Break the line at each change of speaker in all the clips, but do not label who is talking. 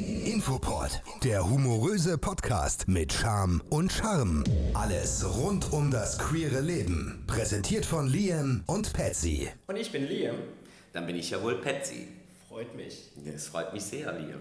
Infoport, der humoröse Podcast mit Charme und Charme. Alles rund um das queere Leben. Präsentiert von Liam und Patsy.
Und ich bin Liam.
Dann bin ich ja wohl Patsy.
Freut mich.
Es freut mich sehr, Liam.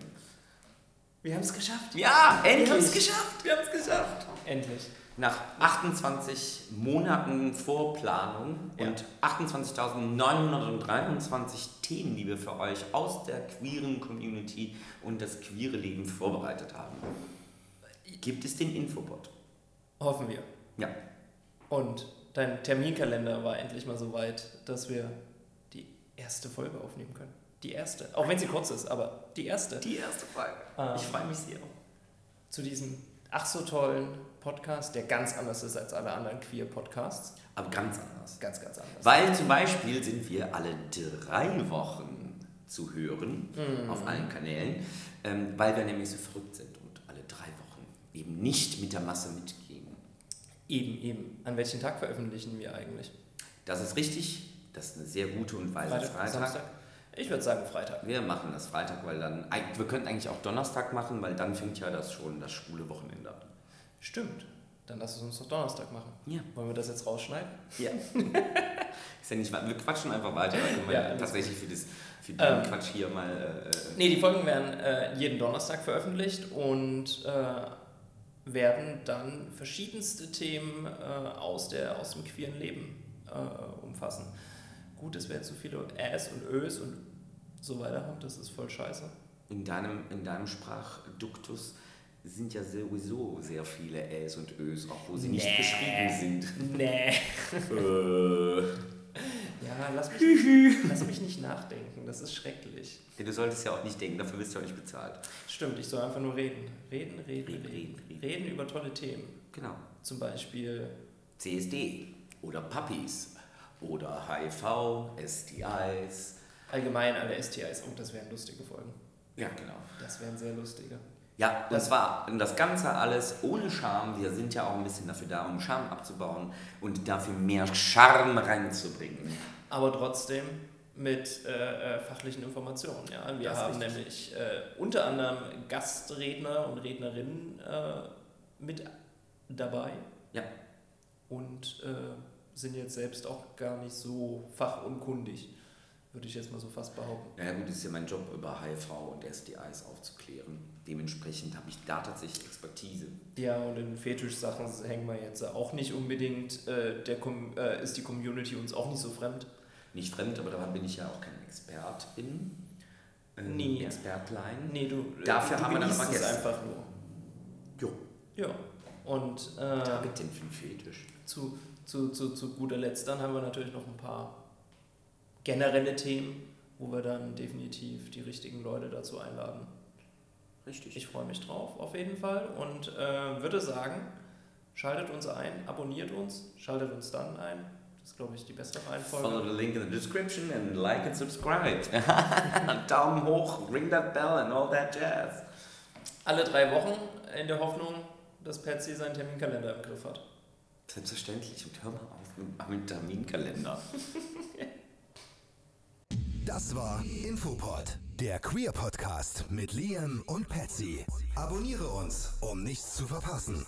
Wir haben es geschafft.
Ja, endlich.
Wir haben's geschafft.
Wir haben es geschafft.
Endlich.
Nach 28 Monaten Vorplanung
Ja.
und 28.923 Themen, die wir für euch aus der queeren Community und das queere Leben vorbereitet haben, gibt es den Infobot.
Hoffen wir.
Ja,
Und dein Terminkalender war endlich mal so weit, dass wir die erste Folge aufnehmen können. Die erste. Auch wenn sie kurz ist, aber die erste.
die erste Folge.
Ah.
Ich freue mich sehr.
Zu diesem ach so tollen Podcast, der ganz anders ist als alle anderen Queer-Podcasts.
Aber ganz anders.
Ganz, ganz anders.
Weil zum Beispiel sind wir alle drei Wochen zu hören auf allen Kanälen, ähm, weil wir nämlich so verrückt sind und alle drei Wochen eben nicht mit der Masse mitgehen.
Eben, eben. An welchen Tag veröffentlichen wir eigentlich?
Das ist richtig, das ist eine sehr gute und weise Also Freitag.
Ich würde sagen Freitag.
Wir machen das Freitag, weil dann, eig- wir könnten eigentlich auch Donnerstag machen, weil dann fängt ja das schon das schwule Wochenende an.
Stimmt. Dann lass es uns doch Donnerstag machen.
Ja.
Wollen wir das jetzt rausschneiden?
Ja. ist ja nicht wahr. Wir quatschen einfach weiter. Da können wir
Ja,
ja,
alles
tatsächlich für, das, für den
Ähm.
Quatsch hier mal. Äh,
Nee, die Folgen werden äh, jeden Donnerstag veröffentlicht und äh, werden dann verschiedenste Themen äh, aus, der, aus dem queeren Leben äh, umfassen. Gut, es werden zu viele Äs und Ös und so weiter haben, das ist voll scheiße.
In deinem, in deinem Sprachduktus sind ja sowieso sehr viele Äs und Ös, auch wo sie nicht
Nee.
beschrieben sind.
Nee.
äh,
Ja, lass mich, lass mich nicht nachdenken, das ist schrecklich.
du solltest ja auch nicht denken, dafür wirst du auch nicht bezahlt.
Stimmt, ich soll einfach nur reden. Reden, reden,
Reden,
reden. Reden,
reden, reden.
über tolle Themen.
Genau.
Zum Beispiel
CSD oder Puppies oder HIV, STIs.
allgemein alle STIs. Oh, das wären lustige Folgen.
Ja, genau.
Das wären sehr lustige.
Ja,
Das-
das war und das Ganze alles ohne Charme. Wir sind ja auch ein bisschen dafür da, um Charme abzubauen und dafür mehr Charme reinzubringen.
aber trotzdem mit äh, äh, fachlichen Informationen. Ja? Wir
Das ist
haben
richtig.
nämlich äh, unter anderem Gastredner und Rednerinnen äh, mit dabei
Ja,
und äh, sind jetzt selbst auch gar nicht so fachunkundig, würde ich jetzt mal so fast behaupten.
Naja gut, es ist ja mein Job, über HIV und STIs aufzuklären. Dementsprechend habe ich da tatsächlich Expertise.
Ja, und in Fetischsachen hängen wir jetzt auch nicht unbedingt, äh, der Com äh, ist die Community uns auch nicht so fremd.
Nicht fremd, aber da bin ich ja auch kein Expertin. Ähm,
Nee.
Expertlein.
Nee, du, äh,
Dafür
du
haben wir dann
genießt
aber
es
Gäste.
einfach nur.
Jo,
Ja, und...
da
Äh,
gibt den Film Fetisch.
Zu, zu, zu, zu guter Letzt dann haben wir natürlich noch ein paar generelle Themen, wo wir dann definitiv die richtigen Leute dazu einladen.
Richtig.
Ich freue mich drauf, auf jeden Fall. Und äh, würde sagen, schaltet uns ein, abonniert uns, schaltet uns dann ein. Das ist, glaube ich, die beste
Follow
Reihenfolge.
the link in the description and like and subscribe. Daumen hoch, ring that bell and all that jazz.
Alle drei Wochen in der Hoffnung, dass Patsy seinen Terminkalender im Griff hat.
Selbstverständlich und hör mal auf mit, mit Terminkalender.
Das war Infoport, der Queer Podcast mit Liam und Patsy. Abonniere uns, um nichts zu verpassen.